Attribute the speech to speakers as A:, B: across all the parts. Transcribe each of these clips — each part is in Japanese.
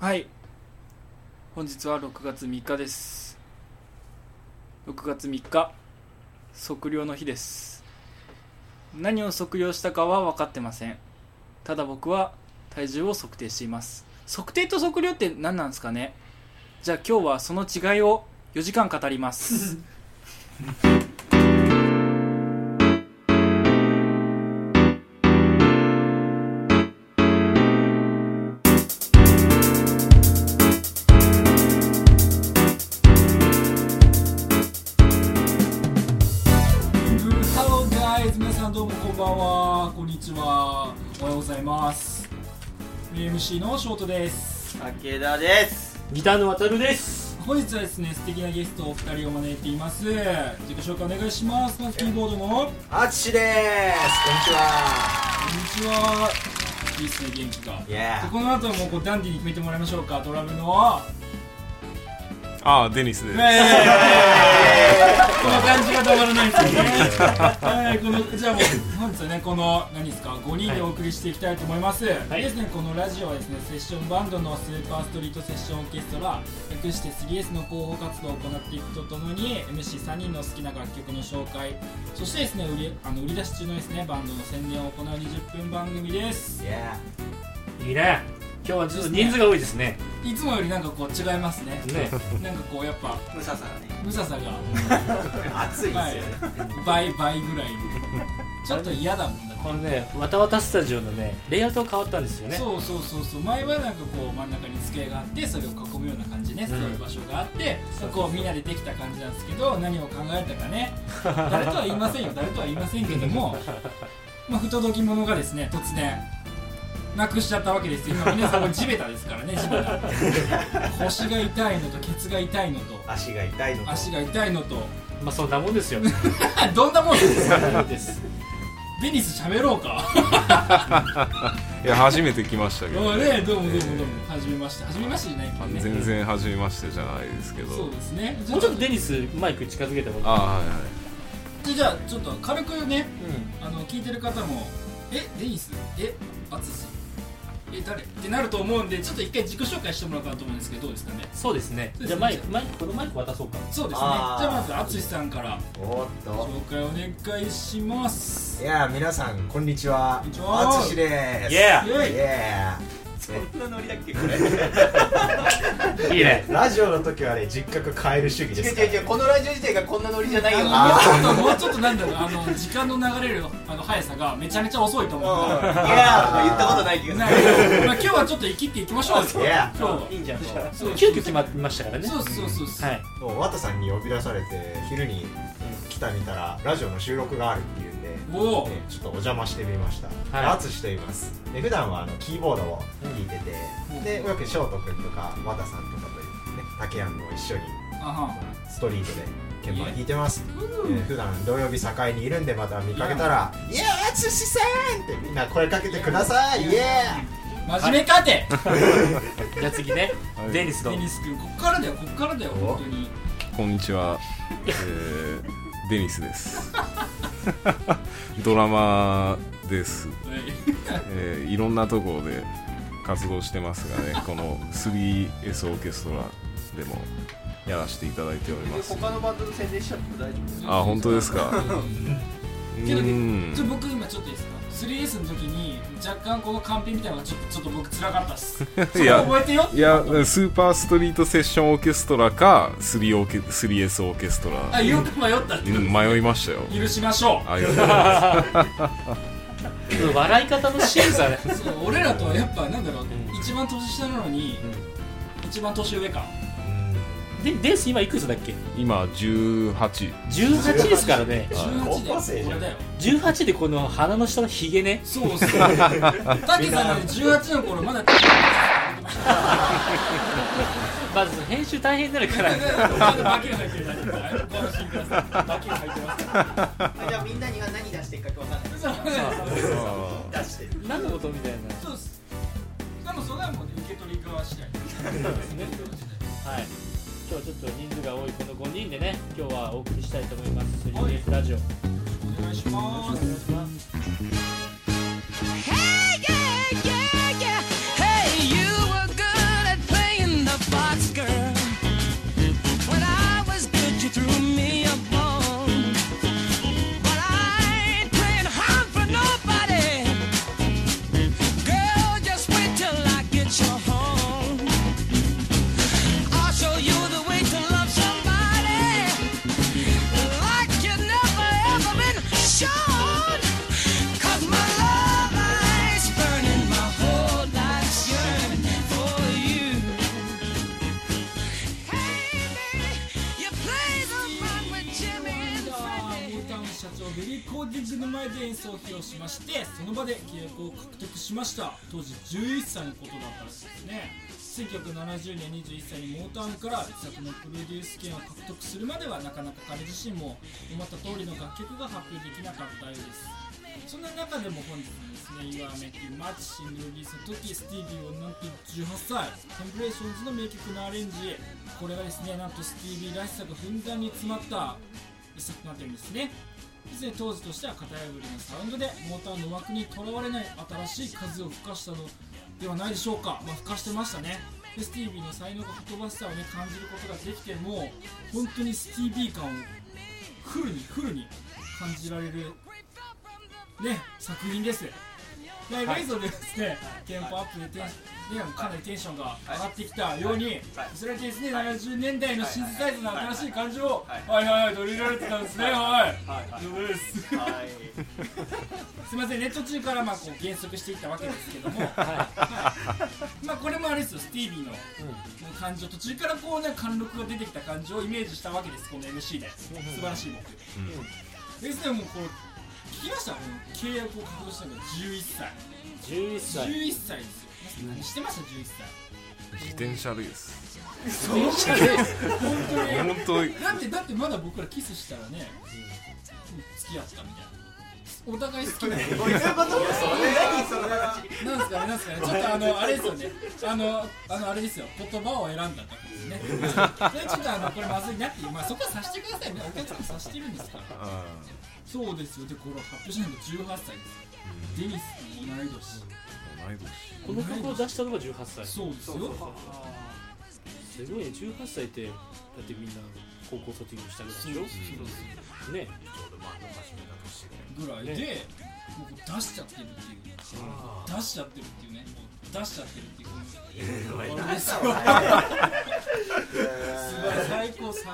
A: はい本日は6月3日です6月3日測量の日です何を測量したかは分かってませんただ僕は体重を測定しています測定と測量って何なんですかねじゃあ今日はその違いを4時間語ります
B: ハローガイズ皆さんどうもこんばんはこんにちはおはようございます MC のショートです
C: 武田です
D: ギターの渡るです。
B: 本日はですね素敵なゲストお二人を招いています自己紹介お願いしますまずキーボードのこんに
C: あつしですこんにちは
B: ちはいいっすね元気が
C: イエ
B: この後もこうダンディに決めてもらいましょうかドラムの
E: ああデニスで
B: こ
E: す
B: の感じがたまらないですよね。はい、このじゃあもう本日はねこの何ですか5人でお送りしていきたいと思います。
D: い
B: でですねこのラジオはですねセッションバンドのスーパーストリートセッションオーケストラ略して 3S の広報活動を行っていくとともに MC3 人の好きな楽曲の紹介そしてですね売りあの売り出し中のですねバンドの宣伝を行う20分番組です
C: ー。イエ
D: いいね。今日はちょっと人数が多いですね。
B: いつもよりなんかこう違いますね。
D: ね。
B: なんかこうやっぱ
C: ームサさんね
B: ムサさが。
C: 暑いですよね
B: 倍倍ぐらいちょっと嫌だもんだ
D: このね、わたわたスタジオのね、レイアウトが変わったんですよね。
B: そうそうそうそう前はなんかこう真ん中に机があってそれを囲むような感じね、そういう場所があってこうみんなでできた感じなんですけど何を考えたかね誰とは言いませんよ誰とは言いませんけど も、まあ、不届き者がですね突然なくしちゃったわけですよ今皆さんも地べたですからね地べた腰が痛いのとケツが痛いのと
C: 足が痛いのと
B: 足が痛いのと
D: まあそん なもんですよ。
B: どんなもんですか
D: です。
B: ベニス喋ろうか
E: いや初めて来ましたけど
B: あね、どうもどうもどうも、はじめまして、はじめましてじゃないけどね。
E: 全然初めましてじゃないですけど
B: そうですね。じゃ
D: も
B: あ
D: うちょっとデニスマイク近づけてもらっ
E: ああはいはい
B: でじゃあちょっと軽くね、
D: て。うん。
B: あの聞いてる方も、え、デニス、え、アツシ、え、誰ってなると思うんで、ちょっと一回自己紹介してもらおうかなと思うんですけど、どうですかね。
D: そうですね。
B: そうですね
D: じゃあマイク、マイク、このマイク渡そうか。
B: そうですね。じ
C: あー
B: ゃあまずアツシさんから
F: おーっと
B: 紹介お願いします。
F: いやー皆さんこんにちは
B: こんにちは
F: あつしです
D: イエ
B: イエイ
F: イエ
C: そんなノリだっけこれ違
D: ーいいね。
F: ーラジオの時はね実覚変える主義で
C: う
F: す
C: 違う違うこのラジオ自体がこんなノリじゃない
B: も
C: よ
B: う
F: あ
B: ちょっともうちょっとなんだろうあの時間の流れるあの速さがめちゃめちゃ遅いと
C: うん
B: 思
C: いうや
B: か
C: ーとか言ったことない気
B: ら、
C: が
B: ない
C: する
B: まあ、今日はちょっと生きていきましょうよ
F: いや
B: 今日は。
C: いいんじゃんそう
B: そう
D: 急遽決まりましたからね。
B: そうそうそうそう、
D: はい。
F: もう綿さんに呼び出されて昼に来たみたらラジオの収録があるっていうんで、ね、
B: おお
F: ちょっとお邪魔してみました
D: はい
F: あつしと言いますで普段はあのキーボードを弾いてて、
B: うん
F: でよく翔斗くんとか綿さんとかというね竹山も一緒に
B: あは
F: ストリートで鍵盤弾いてます、えー普段土曜日境にいるんでまた見かけたら「イエーつしさん!」ってみんな声かけてくださいイエ
B: 真面目かて、
D: じゃあ次ね
E: は、い
D: デニスの
B: デ。ニス君こっからだよこっからだよ
F: お
B: 本当に
E: こんにちは、えー、デニスですドラマーです、えーいろんなところで活動してますがねこの 3S オーケストラでもやらせていただいております
C: 他のバンドの宣伝しちゃって大丈
E: あ本当ですかう
B: けど
E: ん
B: ちょ僕今ちょっといいですか 3S の時に若干このカンペみたいなのがちょっとちょっと僕辛かったっすそ
E: い
B: れ
E: や
B: 覚えてよ
E: いやスーパーストリートセッションオーケストラか 3S オーケ 3S オーケストラ
B: あよく迷ったって
E: うん迷いま したよ
B: 許しましょ
E: ありがとうございます
D: ちょっと笑い方の審査ね。
B: うそう俺らとはやっぱなんだろう、
D: ん
B: 一番年下なのに、一番年上か
D: で、デニス今いくつだっけ
E: 今18
D: ?18 ですからね。
B: 18で
F: 高校生じゃん
B: 俺だよ
D: 18でこの鼻の下のヒゲね。
B: そうそうたけさんがね18の頃まだ
D: まず編集大変になる から。
B: バキが入ってるだけだからご安心くださいバキが入ってますから
C: 夫じゃあみんなには何出していいか分かんない
B: そう
E: あ
C: 出してる
D: 何のことみたいな。
B: そうですでもそれはもう受け取り側次第ですね
D: はい、今日ちょっと人数が多いこの5人でね、今日はお送りしたいと思います。スリーベースラジオ。よ
B: お願いしま
D: ろしくお願い
B: す
D: します。
G: Hey, yeah, yeah, yeah. Hey, you were good at
B: 劇場の前で演奏を披露しましてその場で契約を獲得しました当時11歳のことだったらしいですね1970年21歳にモーターンから自作のプロデュース権を獲得するまではなかなか彼自身も思った通りの楽曲が発表できなかったようですそんな中でも本日のですね、You Are Making Much シングルリリースの時、スティービーはなんと18歳、テンプレーションズの名曲のアレンジ、これがですね、なんとスティービーらしさがふんだんに詰まった一作となっているんですね。以前当時としては型破りのサウンドでモーターの枠にとらわれない新しい風を吹かしたのではないでしょうか、まあ、吹かしてましたねでスティービーの才能がほとばしさを、ね、感じることができてもう本当にスティービー感をフルにフルに感じられるね、作品です。で、ライゾでですね、テンポアップでテン、ね、かなりテンションが上がってきたように、それでですね、70年代のシンセサイズの新しい感じを、はいはいはい、取り入れられてたんですね、はい。どうです。すみませんね、途中からまあこう減速していったわけですけど も、はいまあこれもあれですよ、スティービーの,、感じを途中からこうね、貫禄が出てきた感じをイメージしたわけです、この MC で。素晴らしいもん。ですね、もうこう聞きましたこの契約を獲得したのが11歳
D: 11歳
B: 11歳ですよ何してました11
E: 自転車レース
B: 歳11歳です 本当に
E: 本当に
B: だってだってまだ僕らキスしたらね、付き合ったみたいなお互い好きな
C: ど ういうこと何その話
B: なんですかねなんですかねちょっとあのあれですよねあのあのあれですよ言葉を選んだってこと ですねでちょっとあのこれまずいなっていうまあそこはさしてくださいねお客さんもさしてるんですから
E: あ
B: そうですよでこれ発表したのが18歳ですデニスと同い年
E: ー同い年
D: この曲を出したのが18歳す
B: そうですよ
D: ごいね18歳ってだってみんな高校卒業したぐらいでしょね
B: ぐらいで、
D: ね
B: もう出しちゃってるっていう出しちゃってるっていうねもう出しちゃってる っていうこの素晴らしい最高最高です、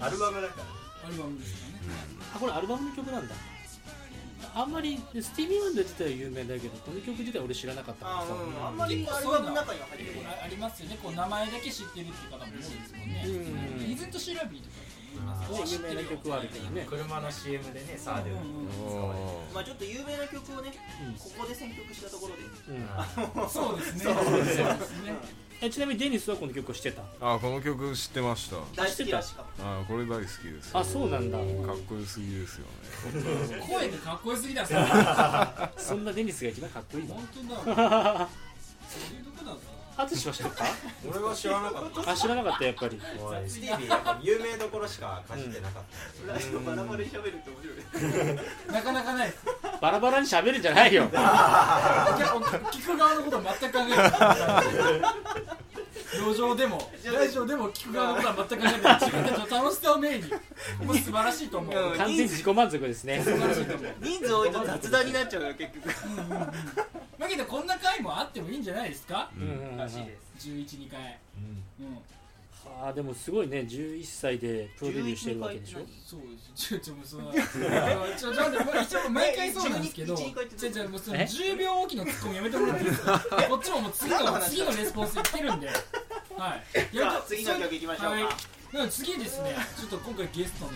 C: アルバムだから
B: アルバムですかね
D: あこれアルバムの曲なんだあんまりスティービー・ワンダー自体は有名だけどこの曲自体俺知らなかったから
C: あ
D: さ
C: あんまりアルバムの中には入ってこない
B: あありますよねこう名前だけ知ってるっていう方も多いですもん ね、
D: うん
B: イズントシラビーとか
D: ね有名な曲はあるけどね
F: 車の CM でね、サーデ
B: うん
F: ン。
C: まあちょっと有名な曲をねここで選曲したところで
D: うん
B: うんそうですねそうですね
D: えちなみにデニスはこの曲をしてた
E: あこの曲知ってました
C: 大好きらしかっ
E: あこれ大好きですよ
D: あそうなんだ
E: かっこよすぎですよね
B: 声がかっこよすぎだ さ
D: そんなデニスが一番かっこいいの
B: 本当だわそういうとこだぞ
D: 淳は知って
F: 俺は知らなかった
D: たあ知らなかったやっぱり
F: おい。スティービー、やっぱ有名どころしかかじってなかった。
C: たラジオバラバラに喋るって面白いね
B: なかなかないです
D: バラバラに喋るんじゃないよ
B: いやお聞く側のことは全く考えてない路上でもラジオでも聞く側のことは全く考えてない自分たちの楽しさをメインにもう素晴らしいと思う素
D: 完全に自己満足ですね
B: 晴らしいと思う
C: 人数多いと雑談になっちゃうよ結局
B: だけどこんな回もあってもいいんじゃないですか
D: うんうんうん
C: らしいです
B: 112回うん
D: あーでもすごいね11歳でプロデビューしてるわけでしょ
B: そうですよ。ちょ、ちょ、もうその、ちょ、ちょ、待って一応毎回そうなんですけど、
C: 12
B: ちょ、ちょ、もうその
D: え
B: 10秒おきのツッコミやめてもらっていいですかこっちももう次の、次のレスポンス来てるんで。はい。
C: じゃあ次の曲いきましょうか
B: はい。なので次ですね、ちょっと今回ゲストの、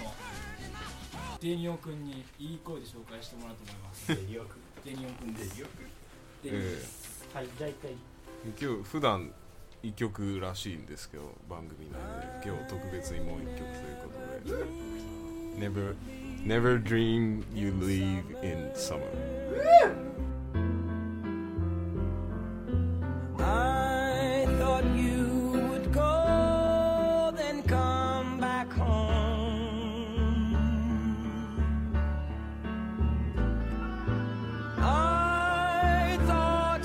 B: デニオ君にいい声で紹介してもらおうと思います。
F: よく
B: デニオ君です。デニオ
E: え
B: です。
D: はい大体
E: え今日普段一曲らしいんですけど番組内で今日特別にもう一曲ということで Never Never dream you leave in summer
G: I thought you would go, then come back home. I thought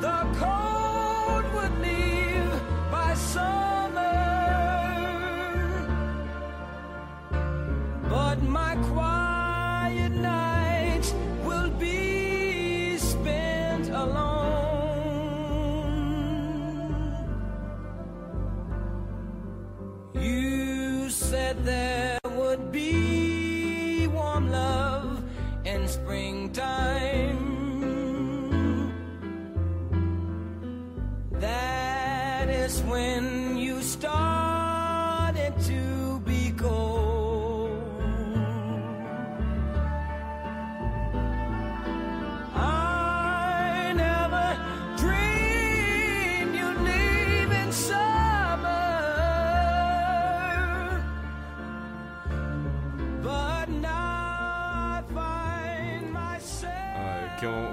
G: the cold would leave by summer, but my quiet nights will be spent alone. You said there would be warm love in springtime. That is when you started to be cold.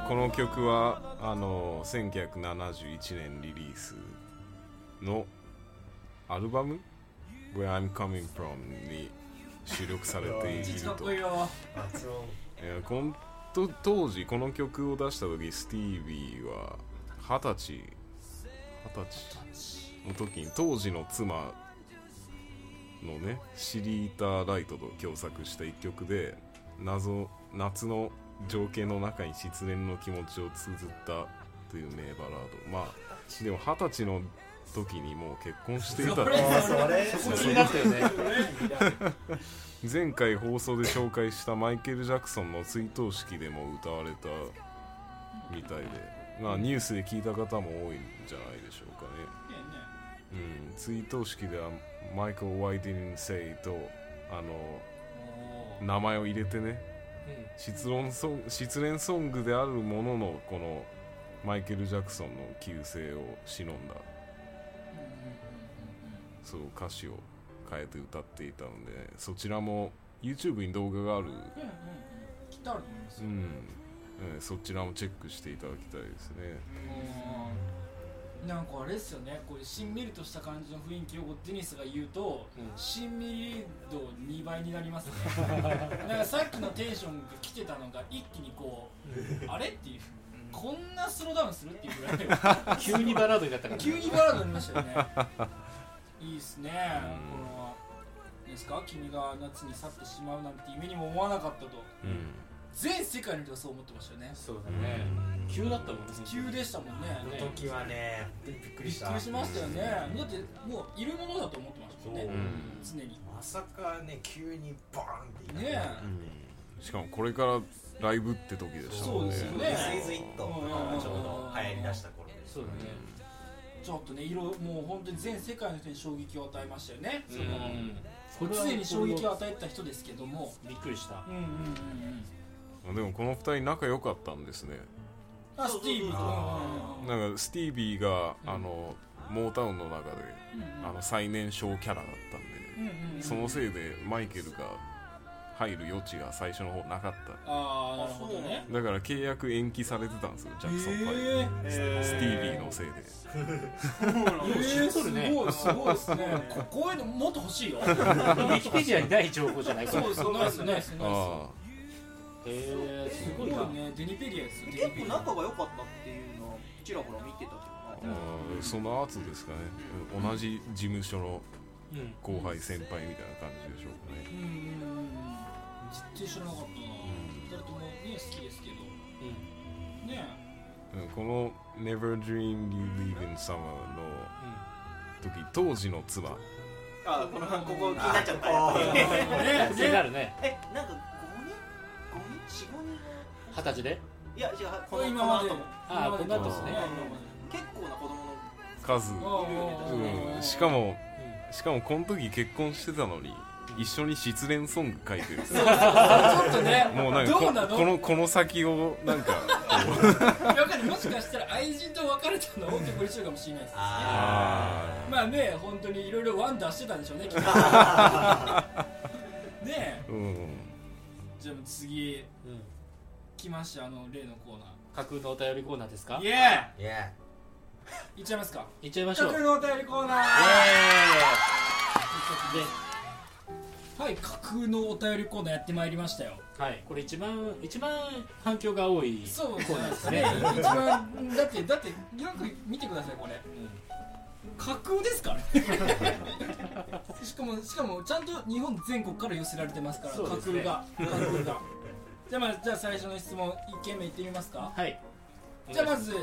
E: この曲はあの1971年リリースのアルバム「Where I'm Coming From」に収録されている
B: かっ
E: と
B: こいいよ
F: 発音
E: えーこんと当時この曲を出した時スティービーは二十歳二十歳の時に当時の妻のねシリータ・ライトと共作した一曲で謎夏の情景の中に失恋の気持ちを綴ったという名バラードまあでも二十歳の時にもう結婚していた
F: あそれそ
D: 気になったよね
E: 前回放送で紹介したマイケル・ジャクソンの追悼式でも歌われたみたいで、まあ、ニュースで聞いた方も多いんじゃないでしょうかね、うん、追悼式ではマイクル・ワイディン・セイとあの名前を入れてね失恋ソン失恋ソングであるもののこのマイケル・ジャクソンの旧姓を忍んだそう歌詞を変えて歌っていたのでそちらも YouTube に動画がある
B: きっとあると思います
E: う
B: よ
E: ん、えーそちらもチェックしていただきたいですね
B: うんなんかあれですよねこういうしんみりとした感じの雰囲気をデニスが言うと、
D: うん
B: しんみり度2倍になり ますねなんかさっきのテンションが来てたのが一気にこうあれっていうこんなスローダウンするっていうぐらい
D: 急にバラードになったから
B: 急にバラードになりましたよねいいっすね
E: う
B: こ
E: ん
B: のですか君が夏に去ってしまうなんて夢にも思わなかったと
E: うん
B: 全世界の人がそう思ってましたよね
D: そうだね急だったもんね
B: 急でしたもんね
D: ね
F: 時はねびっく
B: び
F: り
B: っ
F: し
B: く
F: た
B: りしましたよねだってもういるものだと思ってましたもん
F: そう
B: ね
E: ん
B: 常に
F: まさかね急にバーンってい
B: ねえ
E: しかもこれからライブって時でしたもんね
B: そうですよ
F: ね
B: ね
F: スイズイットがちょうど流行りだした頃です
D: そうだね
B: ちょっとね色もう本当に全世界の人に衝撃を与えましたよねその
D: これは
B: 常に衝撃を与えてた人ですけども
D: びっくりし
B: う
D: た
B: んうんうんうん
E: あでもこの二人仲良かったんですね
B: あスティーブと
F: あ
E: なんかスティービーが、あのモータウンの中で、あの最年少キャラだったんで、
B: うんうんうんうん
E: そのせいでマイケルが入る余地が最初の方なかった
B: ああなるほどね
E: だから契約延期されてたんですよジャクソンファイブ、
B: えー
E: スティービーのせいで
B: えーす
D: 知っとるね
B: ごいすごいですね ここういうのもっと欲しいよ
D: ウィキペディアにない情報じゃな い
B: そうそうナイスナイスナイ
E: ああ
D: へえ
B: ス
D: す
B: すごい
D: ごいな
B: ねデニペリアですよ
C: 結
B: デニペ
C: 構
B: リア
C: 仲が良かったっていうのはちらほら見てたけどな
E: ああその後ですかね、同じ事務所の
D: うん
E: 後輩先輩みたいな感じでしょうかね
B: うんうんうんうん絶対知らなかったな二人ともね好きですけどね
E: うんこの「Never Dream You Live in Summer」の時当時の妻
C: あこのここ気になっちゃった
D: ね気になるね
C: えなんか5人5人45人
D: 二十歳で
C: いや違う
B: こ
C: こ
B: れ
C: の
B: 今まで
C: この後も
D: あーこの後
E: ですね
C: 結構な子供の
E: 数、
B: 後
E: うん、しかもしかもこの時結婚してたのに一緒に失恋ソング書いてる
B: ちょっとね
E: もうなん
B: どうな
E: か こ
B: の
E: このこの先をなんか
B: わかるもしかしたら愛人と別れたのを結構一緒かもしれないですね
E: あ
B: まあね本当にいろいろワンダーしてたんでしょうねきっとねえ
E: ーうん
B: じゃあ次来ましたあの例のコーナ
D: 架空のお便りコーナーですか
B: ーイエ
F: いや
B: ーいっちゃいますか
D: いっちゃいましょ
B: 企
D: う
B: 画のお便りコーナー
D: で
B: はい架空のお便りコーナーやってまいりましたよ
D: はいこれ一番一番反響が多い
B: そう
D: コーナー
B: で
D: ですす
B: ね
D: ね
B: 一番だってだってよく見てくださいこれ架空ですからねしかもしかもちゃんと日本全国から寄せられてますから
D: そう
B: 架
D: です
B: 空
D: ね
B: が架空がじゃあまずじゃあ最初の質問1件目いってみますか
D: はい
B: じゃあまず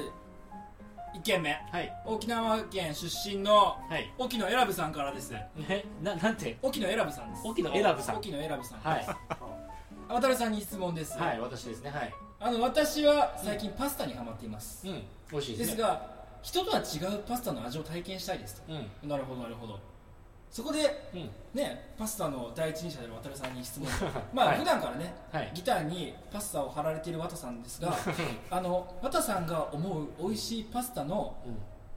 B: 1件目
D: はい
B: 沖縄県出身の
D: はい
B: 沖野選ぶさんからです
D: えななんて
B: 沖野選ぶさんです
D: 沖野選ぶさん
B: 沖野選ぶさん
D: はい
B: 渡辺さんに質問です、
D: はい私ですねはい
B: あの私は最近パスタにハマっています、
D: うん美味しい
B: で
D: ですすね
B: が人とは違うパスタの味を体験したいですと
D: うん
B: なるほどなるほどそこで
D: うん
B: ねパスタの第一人者である渡さんに質 問まあ、
D: はい
B: 普段からね、
D: はい
B: ギターにパスタを貼られている渡さんですが あの渡さんが思う美味しいパスタの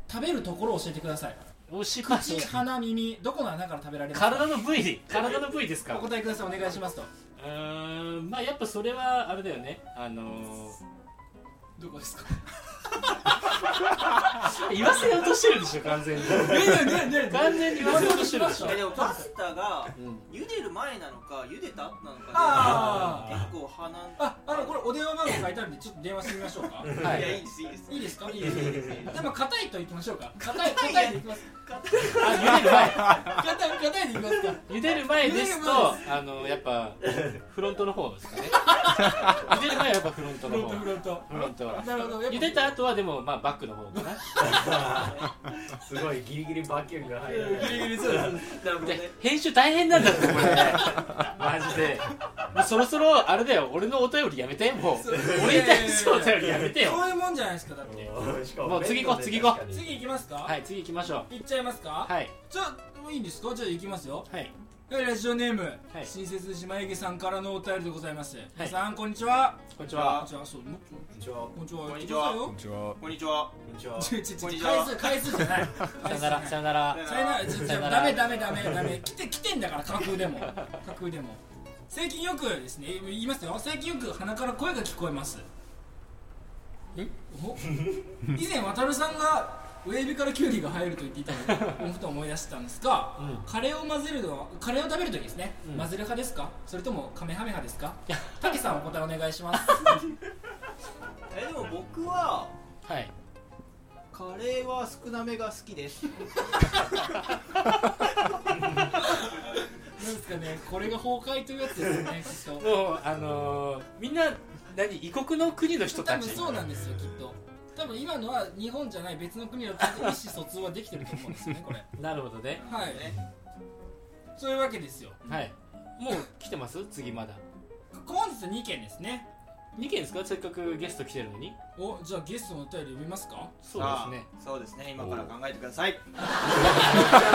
B: 食べるところを教えてください
D: 美味しいパ
B: 口
D: スタ
B: 鼻耳どこの穴から食べられますか
D: 体の部 位体の部位ですか
B: お答えくださいお願いしますと
D: うーんまあやっぱそれはあれだよねあのー
B: どこですか
D: 言わせようとしてるでしょ完全に 完全に言わせようとしてるでしょ
C: えでもパスタが茹でる前なのか茹でた後なのか
B: あ
C: で
B: ー
C: 結構鼻
B: ああのこれお電話番号書いてあるんでちょっと電話してみましょうか
C: いやいいですいいです
B: いいですかいいですいいですでも硬いといきましょうか硬い硬いでいきます
C: 硬い
D: あ茹でる前
B: 硬い硬いでいきますか
D: 茹でる前ですと
B: 茹
D: あのやっぱフロントの方 ですかね茹でる前はやっぱフロント
B: フ
D: の
B: ロント
D: 方
B: フロント
D: フロントは
B: なるほどやっぱ
D: 茹でた後はでもまあバックの方かな
H: すごいギリギリバキュンが入
B: ギリギリそうです
C: なるほどね
D: で編集大変なんだってこれねマジでもうそろそろあれだよ俺のお便りやめてもう
B: そうです
D: 俺に対するお便りやめてよ
B: そういうもんじゃないですかだって
H: るしか
D: もう次行こう次行こう
B: 次行きますか
D: はい次行きましょう
B: 行っちゃいますか
D: はい
B: じゃあもういいんですかじゃあ行きますよ
D: はい
B: はいラジオネーム、
D: い
B: 新設姉妹毛さんからのお便りでございます、
D: はい
B: さんこんにちは
D: こんにちは
B: じゃあそうもっと
H: こんにちは
B: こんにちは
C: こんにちは
B: こ
E: こんにちは
C: こんにち
H: こん
C: は
H: にちは
B: ちょいちょいちょ
C: こん
B: い
C: にち
B: 回
C: は
B: 数回数じゃない
D: さ
B: 回
D: よ
B: 数
D: ならさよなら
B: さよならちょち
D: さ
B: ょ
D: よなら
B: ダメダメダメダメ来て来てんだから架空でも架空でも最近よくですね言いますよ最近よく鼻から声が聞こえますえお以前渡さんが親指からキュウリが入ると言っていたのをふと思い出したんですが、
D: うん
B: カレーを混ぜるのはカレーを食べるときですね、
D: うん
B: 混ぜる派ですかそれともカメハメ派ですかタケさんお答えお願いします
C: えでも僕は
D: はい
C: カレーは少なめが好きです
B: なんですかねこれが崩壊というやつですよねきっと
D: もうあのー、みんな何異国の国の人
B: 多
D: た
B: 分
D: ち
B: そうなんですよきっと多分今のは日本じゃない別の国だと意思疎通はできてると思うんですよね これ
D: なるほどね
B: はいそういうわけですよ
D: はいもう来てます次まだ
B: 本日2件ですね
D: 2件ですかせっかくゲスト来てるのに
B: おじゃあゲストのお便り読みますか
D: そう
C: さあ
D: ですね
C: そうですね今から考えてください
B: 違う違う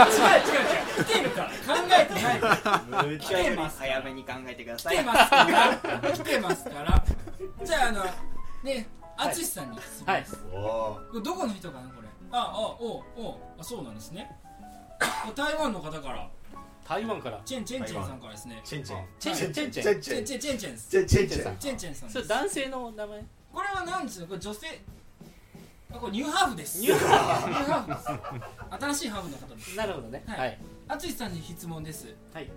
B: 違う来てるから考えてないから
H: む
B: 来てます
C: 早めに考えてくださ
B: 来
C: い
B: てますから来てますからじゃああのね
D: はい
B: 淳さんに質問
D: はい
F: お
B: これどこの人かなこれああおうおうあそうなんですねお台湾の方から
D: 台湾から
B: チェンチェンチェンさんからですね
F: チンチン
D: チェンチェンチェンチ
F: チ
D: ェン
F: ェンチ
B: チェ
F: ェ
B: ン
F: ン
B: チェンチェンチェン
F: チェンチェンチ
B: チ
F: ェン
B: ェンチェンさんです
D: それ男性の名前
B: これは何ですかこれ女性あこれニューハーフですニューハーフです新しいハーフの方です
D: なるほどね
B: はい
D: はい
B: 淳さんに質問です
F: はい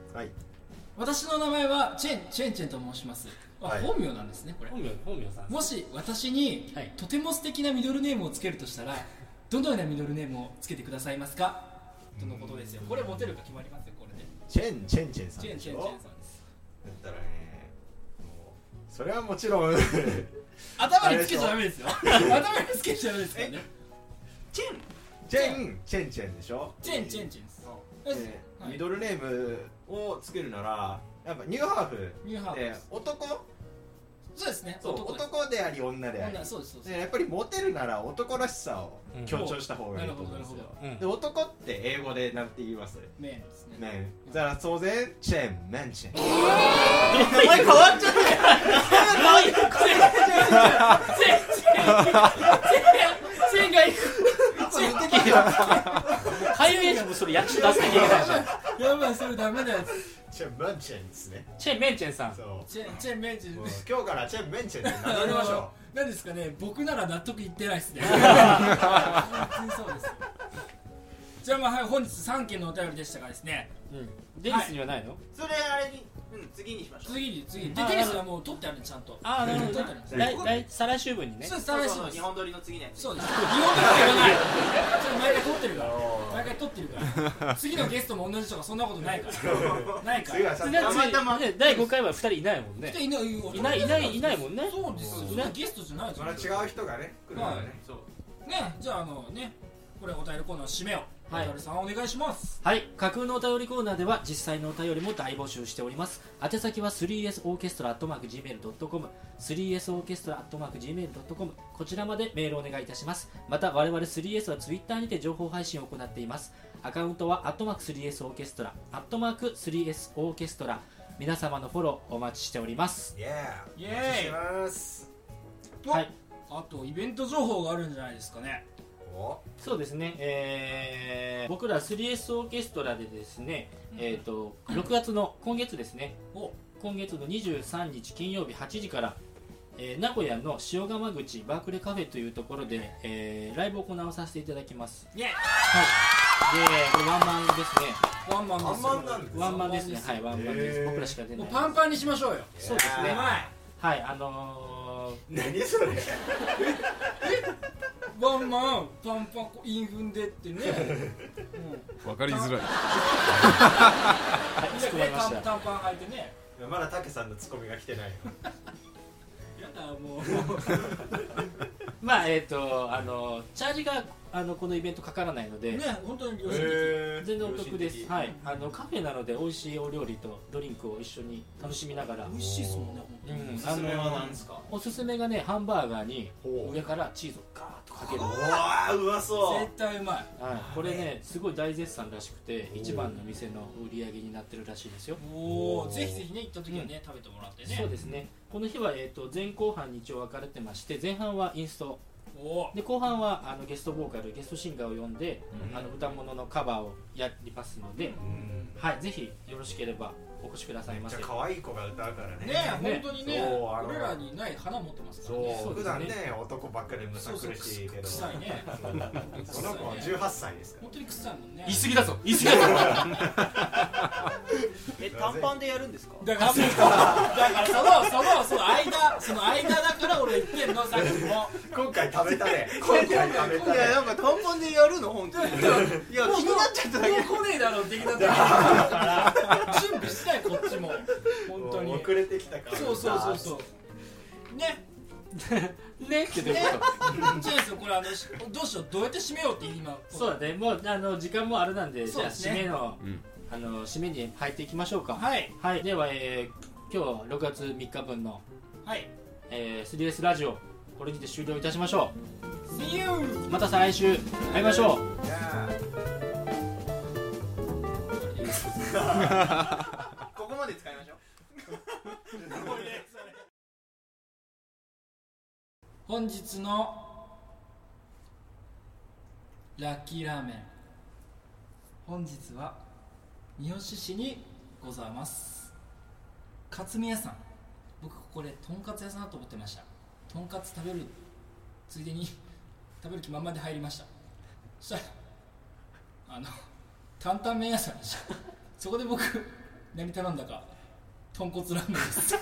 B: 私の名前はチェンチェンチェンと申します、あ
F: はい
B: 本名なんですねこれ
D: 本名本名さん
B: もし私に、
D: はい
B: とても素敵なミドルネームをつけるとしたらどのようなミドルネームをつけてくださいますかとのことですよこれモテるか決まりますよこれで
F: チェンチェンチェンさん
B: チェン
F: で
B: チ
F: し
B: ェン
F: ょ
B: チェンさんです
F: だったらねもうそれはもちろ ん
B: 頭につけちゃダメですよ頭につけちゃダメですからね
C: チェン
F: チェンチェンチェンでしょ
B: チェンチェンチェンです
F: で
B: はい
F: ミドルネームをつけるならやっぱニューハーフ
B: ニューハーフ
F: で
B: です
F: 男
B: そうですね
F: そう
B: 男です
F: 男であり女であり
B: 女そうですそうです
F: でやっぱりモテるなら男らしさを
D: うん
F: 強調した方がいいと思うんですよ
B: なるほ、
D: どな
F: で男って英語でなんて言います
B: メンですね
F: ねだから当然チェンメンチェン
C: 名前変わっちゃった
B: チェンがいい
D: 海外人もそれ役所出さなきゃいけないじゃん
B: やばいそれダメだよ
F: チェンメンチェンですね
D: チェンメンチェンさん
F: そう
B: チェンチェンメンチェン
F: もう今日からチェンメンチェンって名乗りましょう
B: 何ですかね僕なら納得いってないですね本当にそうですじゃあまあ、はい、本日3件のお便りでしたがですね
D: うんデニスにはないの
C: それあれにうん次にしましょう
B: 次に次にで
D: あ
B: テニスはもう取ってあるんでちゃんと
D: ああなるほど
B: 取ってあるんです
D: 来来再来週分にね
B: そうです
C: そう
B: 試し
C: そう
B: ま
C: 日
B: す
C: 本撮りの次ね
B: そうです日本語だけがないちょっと毎回取ってるから毎回取ってるから次のゲストも同じ人がそんなことないからないか
F: 次
B: ら
F: はさ
D: で
C: たまたま
D: で第5回は2人いないもんね
B: いないよ
D: いないいないいないもんね
B: そうですよそんなゲストじゃないじ
F: そ
B: ゃ
F: の
B: ん
F: 違う人がね来るからね、
C: そう
B: ねじゃああのねこれお便りコーナー締めをお
D: はい
B: 便りさんお願いします
D: はい架空のお便りコーナーでは実際のお便りも大募集しております宛先は 3S オーケストラ atmarkgmail.com 3S オーケストラ atmarkgmail.com こちらまでメールをお願いいたしますまた我々 3S は Twitter にて情報配信を行っていますアカウントは atmark3S オーケストラ atmark3S オーケストラ皆様のフォローお待ちしております
F: イエー
B: イ
F: イお待ちして
B: エーイ
F: ます
D: はい
B: あとイベント情報があるんじゃないですかね
F: お
D: そうですね、えー僕ら 3S オーケストラでですね、えー、と6月の今月ですね
B: お
D: 今月の23日金曜日8時から、えー名古屋の塩釜口バークレカフェというところで、えーライブを行わさせていただきます
B: イエイ
D: はいでこれワンマンですね
B: ワンマンです
F: あんまんなんです
D: ワンマンですねはいワンマンです、
F: へー
D: 僕らしか出な
B: もう
D: い
B: パンパンにしましょうよ
D: そうです
B: う
D: ね
B: まい
D: はいあの
F: 何それ
B: ワンマンパンパンこうインフンでってね
E: わかりづらい
D: ー、はい突っ込まれまし
B: 短
D: た
B: 短パン履いてね
F: まだたけさんのツッコミが来てないよ
B: やだもう
D: まあえっ、とあのーチャージがあのこのイベントかからないので、
B: ね本当に良し
F: へ
D: 全然お得で
F: 良心
D: す、
F: 的
D: はい、あのカフェなので美味しいお料理とドリンクを一緒に楽しみながら、
B: 美味しいですもんね本当に
D: うん
F: おすすめは何ですか
D: おすすめがねハンバーガーに
F: ほう
D: 上からチーズをガーッとかける、
F: う
D: は
F: わーうまそう
B: 絶対うまい
D: い、これねすごい大絶賛らしくて
F: おー
D: 一番の店の売り上げになってるらしいですよ
B: お
F: お
B: お
F: ー
B: ぜひぜひね行った時はね、食べてもらってね
D: そうですねこの日は、えー、と前後半に一応分かれてまして前半はインスト
B: おー
D: で後半はあのゲストボーカルゲストシンガーを呼んで、
F: うん
D: あの歌物のカバーをやりますので、
F: うん
D: はい、ぜひよろしければお越しください
F: めっ
D: ま
F: ち
D: せ
F: ゃ可愛い子が歌うからね
B: ね本当にね
F: そうあの
B: 俺らにない花持ってますからね
F: そ
D: そう
F: う
D: で
F: 普
D: すね
F: 段ね男ばっかりでむさ
B: そうそ
F: 苦
B: うく
F: しいけど
B: 臭いね
F: この子は18歳ですか
B: 本当に臭いもんね
D: 言い過ぎだぞ言い過ぎだぞ
C: え短パンでやるんですか
B: だからそうだからそのそのその間その間だから俺言ってんのさっきも
F: ら今回食べたね今回食べた
C: いや
F: ね
C: なんか短パンでやるの本当にいや気になっちゃっただけ
B: もう来ねえだろう的な時だから準備したいこっちも本当
F: もう
B: に
F: 遅れてきたから
B: そうそうそうそうね
D: ねってどういうこと
B: じゃあですよこれあのしどうしようどうやって締めようって今
D: そうだね、もうあの時間もあれなんで、じ
B: そう
D: ゃあ
B: です
D: 締
B: ね
D: めの、
E: うん
D: あの締めに入っていきましょうか。
B: はい
D: はい、では、えー今日6月3日分の、
B: はい
D: えー、3S ラジオ、これにて終了いたしましょ
B: See you!
D: う。また再来週会いましょう。
F: いや
C: ここまで使いましょう
B: 本日のラッキーラーメン本日は三好市にございます勝宮さん僕ここでとんかつ屋さんだと思ってましたとんかつ食べるついでに食べる気満々で入りましたそしたらあの担々麺屋さんでしたそこで僕何頼んだか豚骨ラーメンです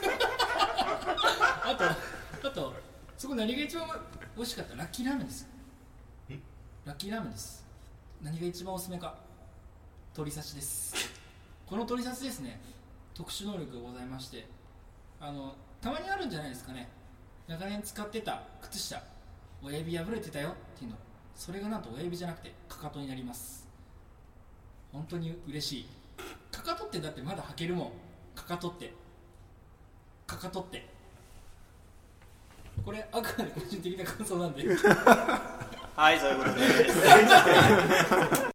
B: あと、あと、そこ何が一番美味しかったラッキーラーメンです。ラッキーラーメンです。何が一番おすすめか。鶏刺しです。この鶏刺しですね。特殊能力がございまして。あの、たまにあるんじゃないですかね。長年使ってた靴下、親指破れてたよっていうの。それがなんと親指じゃなくて、かかとになります。本当に嬉しい。かかとってだってまだ履けるもん。かかとって。かかとって。これあくまで個人的な感想なんで。